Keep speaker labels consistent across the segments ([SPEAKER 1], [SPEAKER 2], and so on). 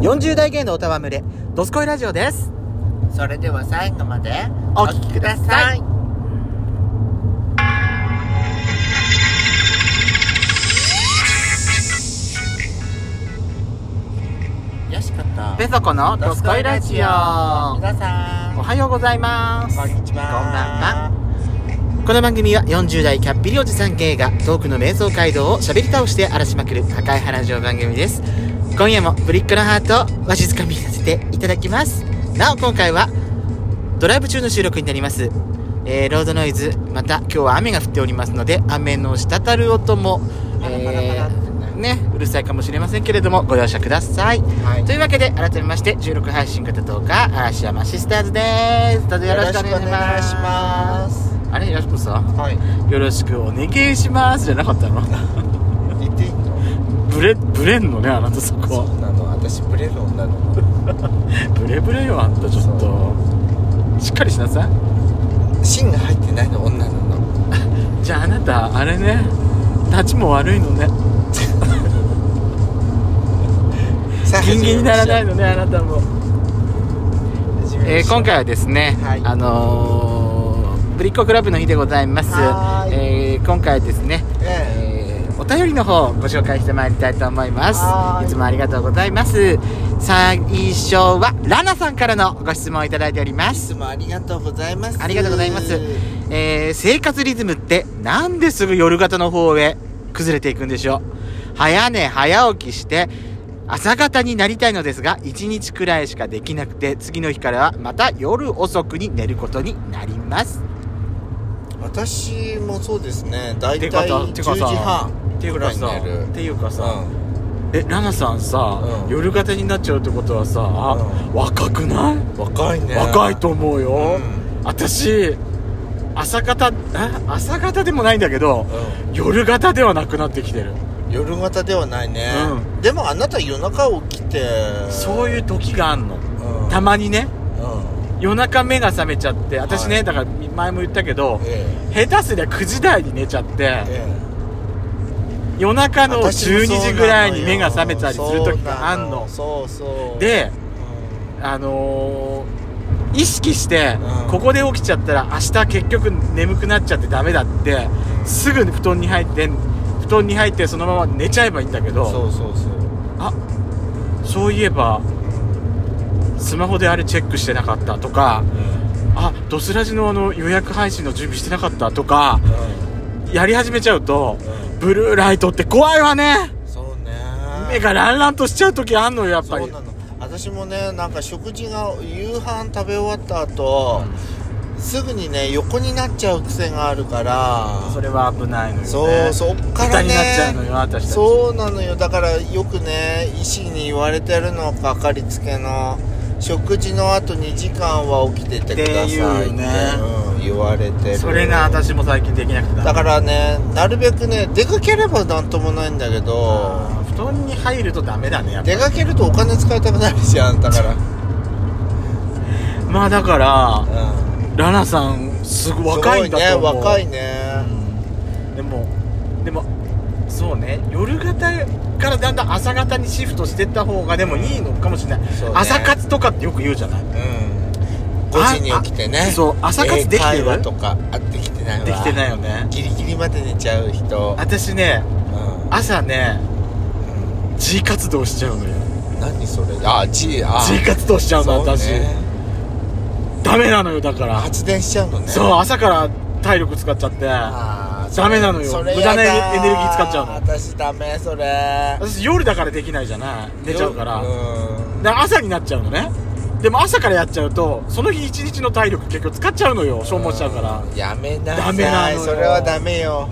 [SPEAKER 1] 40代芸のおたわむれドスコイラジオです
[SPEAKER 2] それでは最後まで
[SPEAKER 1] お聞きください
[SPEAKER 2] よしこと
[SPEAKER 1] ペソコのドスコイラジオ
[SPEAKER 2] 皆さん
[SPEAKER 1] おはようございます
[SPEAKER 2] こんにちは
[SPEAKER 1] こんばんはこの番組は40代キャッピリおじさん芸がトークの瞑想街道を喋り倒して荒らしまくる破壊原城番組です今夜もブリックのハートをわしづかみさせていただきますなお今回はドライブ中の収録になりますえーロードノイズまた今日は雨が降っておりますので雨の滴る音も、えーねうるさいかもしれませんけれどもご容赦ください
[SPEAKER 2] はい
[SPEAKER 1] というわけで改めまして16配信型動画嵐山シスターズですどうぞよろしくお願いします
[SPEAKER 2] す
[SPEAKER 1] あれやしこさん
[SPEAKER 2] はい
[SPEAKER 1] よろしくお願いしますじゃなかったの
[SPEAKER 2] 言っていいの
[SPEAKER 1] ブレブレんのねあなたそこ
[SPEAKER 2] そうなの私ブレる女の子
[SPEAKER 1] ブレブレよあんたちょっとしっかりしなさい
[SPEAKER 2] 芯が入ってないの女なの
[SPEAKER 1] じゃああなたあれね立ちも悪いのね
[SPEAKER 2] さあ
[SPEAKER 1] ギンギンにならないのねあなたも、
[SPEAKER 2] 始めましょう
[SPEAKER 1] えー今回はですね、
[SPEAKER 2] はい
[SPEAKER 1] あのー、ブリッコクラブの日でございます
[SPEAKER 2] はー
[SPEAKER 1] えー今回ですね
[SPEAKER 2] え
[SPEAKER 1] えーお便りの方をご紹介してまいりたいと思います
[SPEAKER 2] はい
[SPEAKER 1] いつもありがとうございます最初はラナさんからのご質問をいただいておりま
[SPEAKER 2] えい
[SPEAKER 1] す
[SPEAKER 2] つもありがとうございます
[SPEAKER 1] ありがとうございます、えー生活リズムってなんですぐ夜型の方へ崩れていくんでしょう早寝早起きして朝方になりたいのですが1日くらいしかできなくて次の日からはまた夜遅くに寝ることになります
[SPEAKER 2] 私もそうですね大
[SPEAKER 1] てか
[SPEAKER 2] 体
[SPEAKER 1] さ
[SPEAKER 2] 10時半くらいに寝る
[SPEAKER 1] ていうかさ、
[SPEAKER 2] うん
[SPEAKER 1] えラナさんさ、
[SPEAKER 2] うん
[SPEAKER 1] 夜型になっちゃうってことはさ、若くない、
[SPEAKER 2] 若いね
[SPEAKER 1] 若いと思うよ、
[SPEAKER 2] う
[SPEAKER 1] 私朝方え朝方でもないんだけど、
[SPEAKER 2] う
[SPEAKER 1] 夜型ではなくなってきてる、
[SPEAKER 2] ん夜型ではないね、でもあなた夜中起きて
[SPEAKER 1] そういう時があんの
[SPEAKER 2] うん
[SPEAKER 1] たまにね
[SPEAKER 2] うん
[SPEAKER 1] 夜中目が覚めちゃって私ね、
[SPEAKER 2] はい
[SPEAKER 1] だから前も言ったけど
[SPEAKER 2] え
[SPEAKER 1] 下手すりゃ9時台に寝ちゃって
[SPEAKER 2] ええ
[SPEAKER 1] 夜中
[SPEAKER 2] え
[SPEAKER 1] の12時ぐらいに目が覚めたりする時があんの
[SPEAKER 2] そうそう
[SPEAKER 1] で
[SPEAKER 2] う
[SPEAKER 1] あのー意識して、
[SPEAKER 2] うん
[SPEAKER 1] ここで起きちゃったら明日結局眠くなっちゃってダメだってすぐに布団に入って布団に入ってそのまま寝ちゃえばいいんだけ
[SPEAKER 2] ん
[SPEAKER 1] ど
[SPEAKER 2] そうそうそう
[SPEAKER 1] あそういえばスマホであれチェックしてなかったとかあドスラジのあの予約配信の準備してなかったとか
[SPEAKER 2] う
[SPEAKER 1] やり始めちゃうと
[SPEAKER 2] ん
[SPEAKER 1] ブルーライトって怖いわね
[SPEAKER 2] うんそうね
[SPEAKER 1] 目がランランとしちゃう時あんのよやっぱ
[SPEAKER 2] そう
[SPEAKER 1] り
[SPEAKER 2] なの私もねなんか食事が夕飯食べ終わった後、すぐにね横になっちゃう癖があるから
[SPEAKER 1] それは危ないのよね
[SPEAKER 2] そうそっか
[SPEAKER 1] 下
[SPEAKER 2] らね
[SPEAKER 1] になっちゃうのよ私たち
[SPEAKER 2] そうなのよだからよくね医師に言われてるのかかりつけの食事の後2時間は起きててくださ
[SPEAKER 1] っ
[SPEAKER 2] いってて
[SPEAKER 1] いうね
[SPEAKER 2] うん言われてる
[SPEAKER 1] それが私も最近できなくて
[SPEAKER 2] だ
[SPEAKER 1] ら
[SPEAKER 2] からねなるべくね出かければなんともないんだけど
[SPEAKER 1] 布団に入るとダメだねやっぱ
[SPEAKER 2] 出かけるとお金使いたくなるじゃんだから、
[SPEAKER 1] まあだから
[SPEAKER 2] うん、
[SPEAKER 1] ラナさんすごい若いんだと思う
[SPEAKER 2] すごいね若いね
[SPEAKER 1] うんでもでもそうね夜型からだんだん朝型にシフトしてった方がでもいいのかもしれない、
[SPEAKER 2] そうね
[SPEAKER 1] 朝活とかってよく言うじゃない
[SPEAKER 2] うん5時に起きて
[SPEAKER 1] ああ
[SPEAKER 2] ね
[SPEAKER 1] そう朝活できてる
[SPEAKER 2] 英会話とかあできてないわ
[SPEAKER 1] できてないよね
[SPEAKER 2] ギリギリまで寝ちゃう人
[SPEAKER 1] 私ね
[SPEAKER 2] うん
[SPEAKER 1] 朝ね
[SPEAKER 2] う
[SPEAKER 1] G 活動しちゃうのよ
[SPEAKER 2] ん何それあ G あ
[SPEAKER 1] G 活動しちゃうの
[SPEAKER 2] そう
[SPEAKER 1] 私
[SPEAKER 2] ね
[SPEAKER 1] ダメなのよだから
[SPEAKER 2] 発電しちゃうのね
[SPEAKER 1] そう朝から体力使っちゃって
[SPEAKER 2] あー
[SPEAKER 1] ダメなのよ
[SPEAKER 2] それ
[SPEAKER 1] 無駄な
[SPEAKER 2] やだ
[SPEAKER 1] エネルギー使っちゃうの
[SPEAKER 2] 私ダメそれ
[SPEAKER 1] 私夜だからできないじゃない寝ちゃうから、
[SPEAKER 2] うん
[SPEAKER 1] だから朝になっちゃうのねでも朝からやっちゃうとその日一日の体力結局使っちゃうのよ消耗しちゃうから
[SPEAKER 2] やめなさい
[SPEAKER 1] ダメなのよ
[SPEAKER 2] それはダメよ、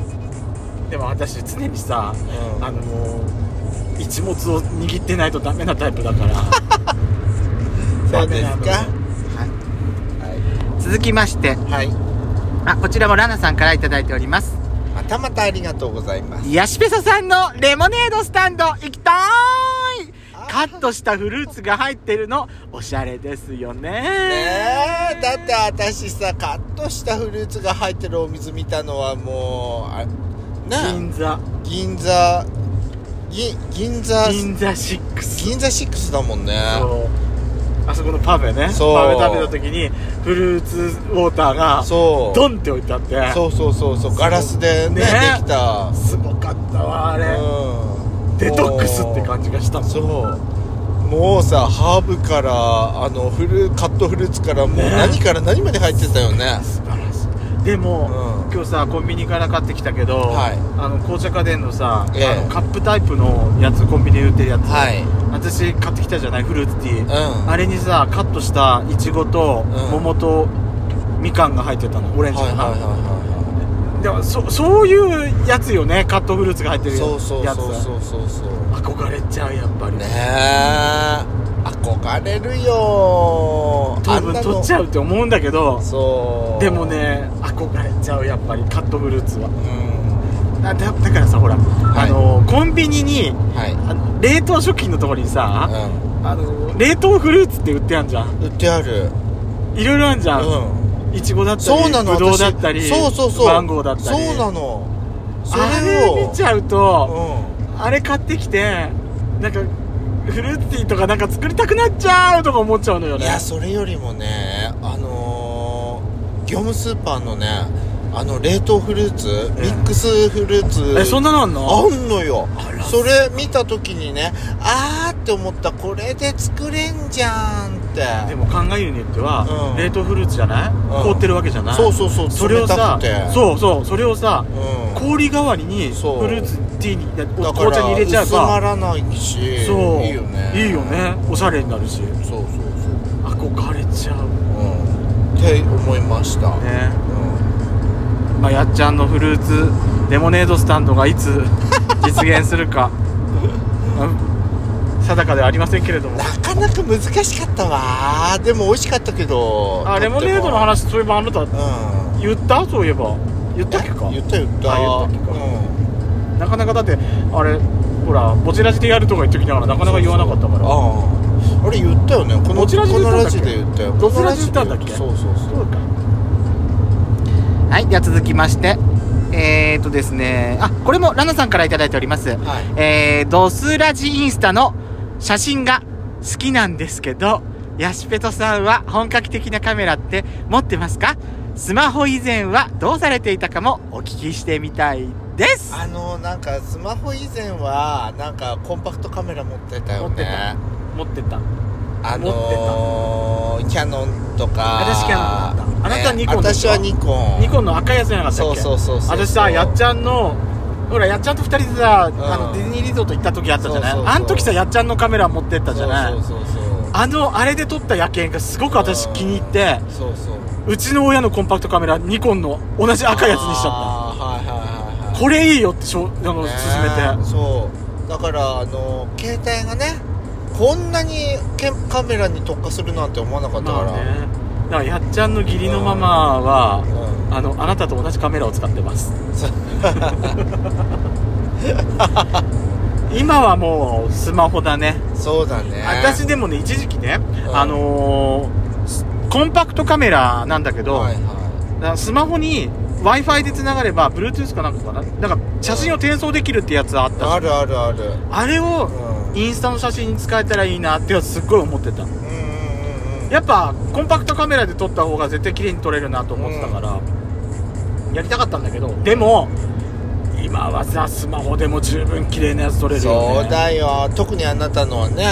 [SPEAKER 1] でも私常にさ
[SPEAKER 2] うん
[SPEAKER 1] あのもう一物を握ってないとダメなタイプだから
[SPEAKER 2] そうですか
[SPEAKER 1] ダメなの続きまして
[SPEAKER 2] はい、はい
[SPEAKER 1] あこちらもラナさんからいただいております
[SPEAKER 2] またまたありがとうございます
[SPEAKER 1] ヤシペソさんのレモネードスタンド行きたーい
[SPEAKER 2] あ
[SPEAKER 1] カットしたフルーツが入ってるのおしゃれですよね
[SPEAKER 2] ねえだって私さカットしたフルーツが入ってるお水見たのはもうあね
[SPEAKER 1] 銀座
[SPEAKER 2] 銀座ぎ銀座
[SPEAKER 1] 銀座6
[SPEAKER 2] 銀座6だもんね
[SPEAKER 1] そうあそこのパフェね
[SPEAKER 2] そう
[SPEAKER 1] パフェ食べた時にフルーツウォーターが
[SPEAKER 2] そう
[SPEAKER 1] ドンって置いてあって
[SPEAKER 2] そうそうそうそうガラスで
[SPEAKER 1] ね
[SPEAKER 2] ねできた
[SPEAKER 1] すごかったわあれ、
[SPEAKER 2] うん
[SPEAKER 1] デトックスって感じがしたもん
[SPEAKER 2] そうもうさハーブからあのフルカットフルーツからもう
[SPEAKER 1] ね
[SPEAKER 2] 何から何まで入ってたよね
[SPEAKER 1] 素晴らしいでも、
[SPEAKER 2] うん
[SPEAKER 1] 今日さコンビニから買ってきたけど、
[SPEAKER 2] はい
[SPEAKER 1] あの紅茶家電のさ、
[SPEAKER 2] ええ
[SPEAKER 1] あのカップタイプのやつコンビニで売ってるやつ、
[SPEAKER 2] はい
[SPEAKER 1] 私買ってきたじゃないフルーツティー、
[SPEAKER 2] うん
[SPEAKER 1] あれにさカットしたいちごと
[SPEAKER 2] うん
[SPEAKER 1] 桃とみかんが入ってたのオレンジ
[SPEAKER 2] はい
[SPEAKER 1] か
[SPEAKER 2] はい
[SPEAKER 1] な、
[SPEAKER 2] はいはいは
[SPEAKER 1] でもそそういうやつよねカットフルーツが入って
[SPEAKER 2] い
[SPEAKER 1] るやつ
[SPEAKER 2] そうそうそうそうそうそう
[SPEAKER 1] 憧れちゃうやっぱり
[SPEAKER 2] ねえ憧れるよ
[SPEAKER 1] 糖分取っちゃ
[SPEAKER 2] う
[SPEAKER 1] うって思うんだけど
[SPEAKER 2] そう
[SPEAKER 1] でもね憧れちゃうやっぱりカットフルーツは
[SPEAKER 2] うん
[SPEAKER 1] あだだからさほら、
[SPEAKER 2] い
[SPEAKER 1] あのコンビニに
[SPEAKER 2] はい
[SPEAKER 1] あの冷凍食品のところにさ、
[SPEAKER 2] う
[SPEAKER 1] あの冷凍フルーツって売ってあるじゃん
[SPEAKER 2] ん売ってある
[SPEAKER 1] いろいろあるじゃん、
[SPEAKER 2] うん
[SPEAKER 1] いちごだったり
[SPEAKER 2] そうなの
[SPEAKER 1] ぶどう
[SPEAKER 2] 私
[SPEAKER 1] だったり
[SPEAKER 2] そうそうそう
[SPEAKER 1] マンゴーだったり
[SPEAKER 2] そうなのそ
[SPEAKER 1] あれ見ちゃうと、
[SPEAKER 2] う
[SPEAKER 1] あれ買ってきてなんかフルーツティーとかなんか作りたくなっちゃうとか思っちゃうのよ
[SPEAKER 2] んい
[SPEAKER 1] ね
[SPEAKER 2] やそれよりもねあのー、業務スーパーのねあの冷凍フルーツ、
[SPEAKER 1] うん
[SPEAKER 2] ミックスフルーツ
[SPEAKER 1] えそんなのあんの
[SPEAKER 2] あんのよ
[SPEAKER 1] あら
[SPEAKER 2] それ見た時にねあーって思ったこれで作れんじゃんって
[SPEAKER 1] でも考えようによっては、
[SPEAKER 2] うん
[SPEAKER 1] 冷凍フルーツじゃない、凍ってるわけじゃない
[SPEAKER 2] そうそうそう
[SPEAKER 1] それをさ
[SPEAKER 2] 冷たくて
[SPEAKER 1] そうそうそれをさ
[SPEAKER 2] うん
[SPEAKER 1] 氷代わりにフ
[SPEAKER 2] そう
[SPEAKER 1] ルーツティーにいや
[SPEAKER 2] だから
[SPEAKER 1] 紅茶に入れちゃえ
[SPEAKER 2] 薄ま
[SPEAKER 1] ば
[SPEAKER 2] らないし
[SPEAKER 1] そう
[SPEAKER 2] いいよね
[SPEAKER 1] いいよねおしゃれになるし
[SPEAKER 2] そうそう
[SPEAKER 1] 憧れちゃう
[SPEAKER 2] そううんって思いました、
[SPEAKER 1] ね
[SPEAKER 2] うん
[SPEAKER 1] まあ、やっちゃんのフルーツレモネードスタンドがいつ実現する かうん定かではありませんけれど も
[SPEAKER 2] なかなか難しかったわでも美味しかったけど
[SPEAKER 1] あレモネードの話そういえばあなた
[SPEAKER 2] うん
[SPEAKER 1] 言ったそういえば言ったっけか
[SPEAKER 2] 言った言った
[SPEAKER 1] あ言ったっけか
[SPEAKER 2] うん
[SPEAKER 1] なかなかだってあれほらボチラジでやるとか言っときながらなかなか言わなかったから
[SPEAKER 2] あああれ言ったよねこの
[SPEAKER 1] どちらで
[SPEAKER 2] こ
[SPEAKER 1] 言ったん
[SPEAKER 2] の
[SPEAKER 1] だっけ
[SPEAKER 2] ラジで言ったよ
[SPEAKER 1] どちらで言ったんだっけ
[SPEAKER 2] このラジで言ったそうそうそう
[SPEAKER 1] そうかはいでは続きましてえー、とですねあこれもラナさんから頂いております
[SPEAKER 2] はい
[SPEAKER 1] えー、ドスラジインスタの写真が好きなんですけど、ヤシペトさんは本格的なカメラって持ってますかスマホ以前はどうされていたかもお聞きしてみたいです。
[SPEAKER 2] あのなんかスマホ以前はなんかコンパクトカメラ持ってたよ
[SPEAKER 1] 持って
[SPEAKER 2] ね
[SPEAKER 1] た持ってた。
[SPEAKER 2] あ
[SPEAKER 1] 持
[SPEAKER 2] のーキャノンとか
[SPEAKER 1] 私キャノンだったあなた
[SPEAKER 2] ね
[SPEAKER 1] ニコンでし
[SPEAKER 2] 私
[SPEAKER 1] ょ
[SPEAKER 2] はニコン
[SPEAKER 1] ニコンの赤いやつじゃなかったっけ
[SPEAKER 2] そうそうそうそう
[SPEAKER 1] 私さ、やっちゃんの、ほら、やっちゃんと二人でさ、あ
[SPEAKER 2] ん
[SPEAKER 1] の、ディズニーリゾート行った時あったじゃない
[SPEAKER 2] そうそうそう
[SPEAKER 1] あの時さ、やっちゃんのカメラ持ってったじゃない
[SPEAKER 2] そうそうそう
[SPEAKER 1] あの、あれで撮った夜景がすごく私気に入って、
[SPEAKER 2] そうそうそう
[SPEAKER 1] うちの親のコンパクトカメラ、ニコンの同じ赤いやつにしちゃった。
[SPEAKER 2] あーはいはいはいはい
[SPEAKER 1] これいいよってしょあの、
[SPEAKER 2] ね
[SPEAKER 1] 勧めて
[SPEAKER 2] そうだからあの携帯がねこんなにけカメラに特化するなんて思わなかったから、
[SPEAKER 1] まあねだからやっちゃんの義理のママは、
[SPEAKER 2] う
[SPEAKER 1] あのあなたと同じカメラを使ってます 今はもうスマホだね
[SPEAKER 2] んそうだね
[SPEAKER 1] 私でもね一時期ね、
[SPEAKER 2] うん
[SPEAKER 1] あのースコンパクトカメラなんだけど、
[SPEAKER 2] はいは
[SPEAKER 1] だからスマホに w i f i でつながれば Bluetooth かなんかかななんか写真を転送できるってやつあっ
[SPEAKER 2] い
[SPEAKER 1] た
[SPEAKER 2] あるあるある
[SPEAKER 1] あれを
[SPEAKER 2] うん
[SPEAKER 1] インスタの写真に使えたらいいなってすっごい思ってた
[SPEAKER 2] うんうんうん
[SPEAKER 1] やっぱコンパクトカメラで撮った方が絶対綺麗に撮れるなと思ってたから、やりたかったんだけどでも今はさスマホでも十分綺麗なやつ撮れるよ、ね、
[SPEAKER 2] そうだよ特にあなたのはね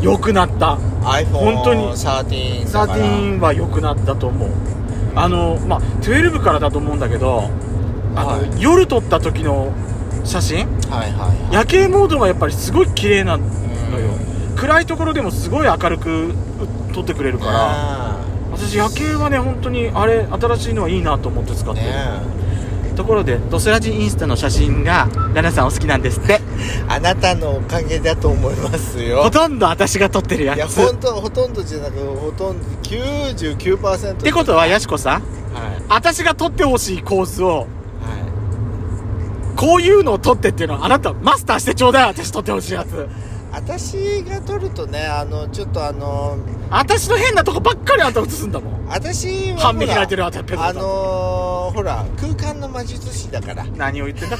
[SPEAKER 1] 良くなった本当に
[SPEAKER 2] iPhone13 だから
[SPEAKER 1] 13は良くなったと思うあのまあ12からだと思うんだけどあの、
[SPEAKER 2] はい
[SPEAKER 1] 夜撮った時の写真
[SPEAKER 2] はいはい
[SPEAKER 1] 夜景モードがやっぱりすごい綺麗なのよ
[SPEAKER 2] う
[SPEAKER 1] 暗いところでもすごい明るくう撮ってくれるから
[SPEAKER 2] は
[SPEAKER 1] 私夜景はね本当にあれ新しいのはいいなと思って使っ
[SPEAKER 2] い
[SPEAKER 1] て
[SPEAKER 2] ね
[SPEAKER 1] る、
[SPEAKER 2] えね
[SPEAKER 1] ところでドスラジインスタの写真がラナさんお好きなんですって
[SPEAKER 2] えあなたのおかげだと思いますよ
[SPEAKER 1] ほとんど私が撮ってる
[SPEAKER 2] いや
[SPEAKER 1] やつ
[SPEAKER 2] ほ
[SPEAKER 1] っ
[SPEAKER 2] んとほとんどじゃなくほとんど99%って
[SPEAKER 1] ことはヤシコさん
[SPEAKER 2] はい
[SPEAKER 1] 私が撮ってほしいコースを
[SPEAKER 2] は
[SPEAKER 1] こういうのを撮ってっていうのはあなたマスターしてちょうだい私撮ってほしいやつ
[SPEAKER 2] い私が撮るとねあのちょっとあの
[SPEAKER 1] 私の変なとこばっかりあんた映すんだもん
[SPEAKER 2] 私は
[SPEAKER 1] 半
[SPEAKER 2] ほ
[SPEAKER 1] 目
[SPEAKER 2] ら
[SPEAKER 1] 開いてるあんたペコさ
[SPEAKER 2] あ
[SPEAKER 1] ん
[SPEAKER 2] のー、ほら空間の魔術師だから
[SPEAKER 1] 何を言ってんだ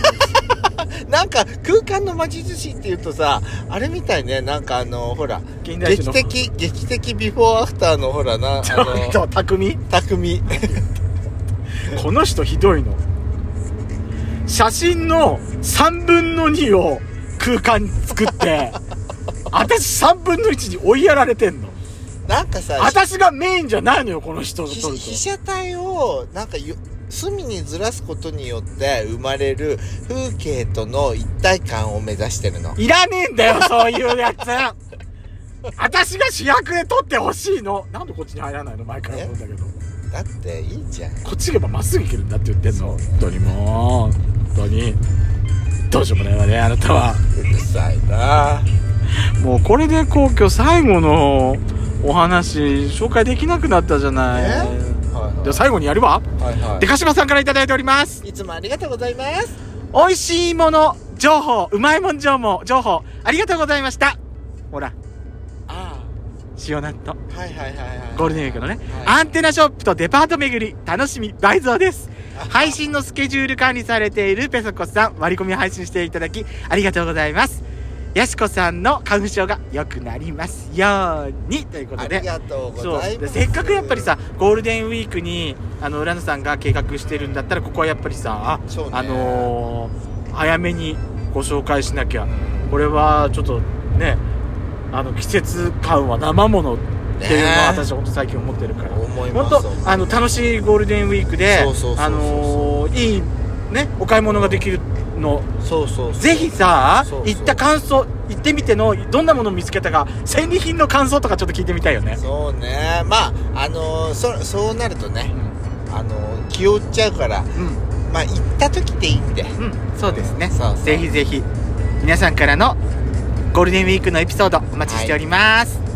[SPEAKER 2] なんか空間の魔術師っていうとさあれみたいねなんかあのほら
[SPEAKER 1] 現代
[SPEAKER 2] 劇
[SPEAKER 1] 人の
[SPEAKER 2] 的劇的ビフォーアフターのほらなあ
[SPEAKER 1] ちょ っ
[SPEAKER 2] の
[SPEAKER 1] と匠
[SPEAKER 2] 匠
[SPEAKER 1] この人ひどいの写真の3分の2を空間作って私3分の1に追いやられてんの
[SPEAKER 2] なんかさ
[SPEAKER 1] 私がメインじゃないのよこの人を
[SPEAKER 2] ひ
[SPEAKER 1] 撮ると
[SPEAKER 2] 被写体をなんかよ隅にずらすことによって生まれる風景との一体感を目指してるの
[SPEAKER 1] いらねえんだよそういうやつ私が主役で撮ってほしいのなんでこっちに入らないの毎回思うんだけど
[SPEAKER 2] だっていいじゃん
[SPEAKER 1] こっち行けばまっすぐ行けるんだって言ってんの本当にもう本当にどうしようもないわねあなたは
[SPEAKER 2] うるさいな
[SPEAKER 1] もうこれでこう今日最後のお話紹介できなくなったじゃない
[SPEAKER 2] えはいはい
[SPEAKER 1] じゃあ最後にやるわ
[SPEAKER 2] はいは
[SPEAKER 1] でかしまさんからいただいております
[SPEAKER 2] いいつもありがとうございます
[SPEAKER 1] 美味しいもの情報うまいもん情報情報ありがとうございましたほら
[SPEAKER 2] あ
[SPEAKER 1] 塩納豆
[SPEAKER 2] あはいはいはいはい
[SPEAKER 1] ゴールデンウィークのね、
[SPEAKER 2] はい
[SPEAKER 1] アンテナショップとデパート巡り楽しみ倍増です配信のスケジュール管理されているペソコさん割り込み配信していただきありがとうございますやしこさんの花粉症が良くなりますようにということ
[SPEAKER 2] あ
[SPEAKER 1] で
[SPEAKER 2] りがとうご
[SPEAKER 1] そ
[SPEAKER 2] ざいうま
[SPEAKER 1] ですせっかくやっぱりさゴールデンウィークにあの浦野さんが計画してるんだったらここはやっぱりさ、
[SPEAKER 2] そうね
[SPEAKER 1] あのー早めにご紹介しなきゃこれはちょっとねあの季節感は生ものっていうのは
[SPEAKER 2] ね
[SPEAKER 1] 私本当最近思ってるから
[SPEAKER 2] 思いま
[SPEAKER 1] 本
[SPEAKER 2] す
[SPEAKER 1] 当あの楽しいゴールデンウィークで
[SPEAKER 2] そうそうそうそう
[SPEAKER 1] あのーいいねお買い物ができるの
[SPEAKER 2] そうそうそう
[SPEAKER 1] ぜひさ
[SPEAKER 2] そうそう
[SPEAKER 1] 行った感想行ってみてのどんなものを見つけたか戦利品の感想とかちょっと聞いてみたいよね
[SPEAKER 2] そうねまああのーそそうなるとねあのー気を売っちゃうから
[SPEAKER 1] うん
[SPEAKER 2] まあ行った時でいいんで
[SPEAKER 1] うん、そうですね。
[SPEAKER 2] そうそう
[SPEAKER 1] ぜひぜひ皆さんからのゴールデンウィークのエピソードお待ちしております。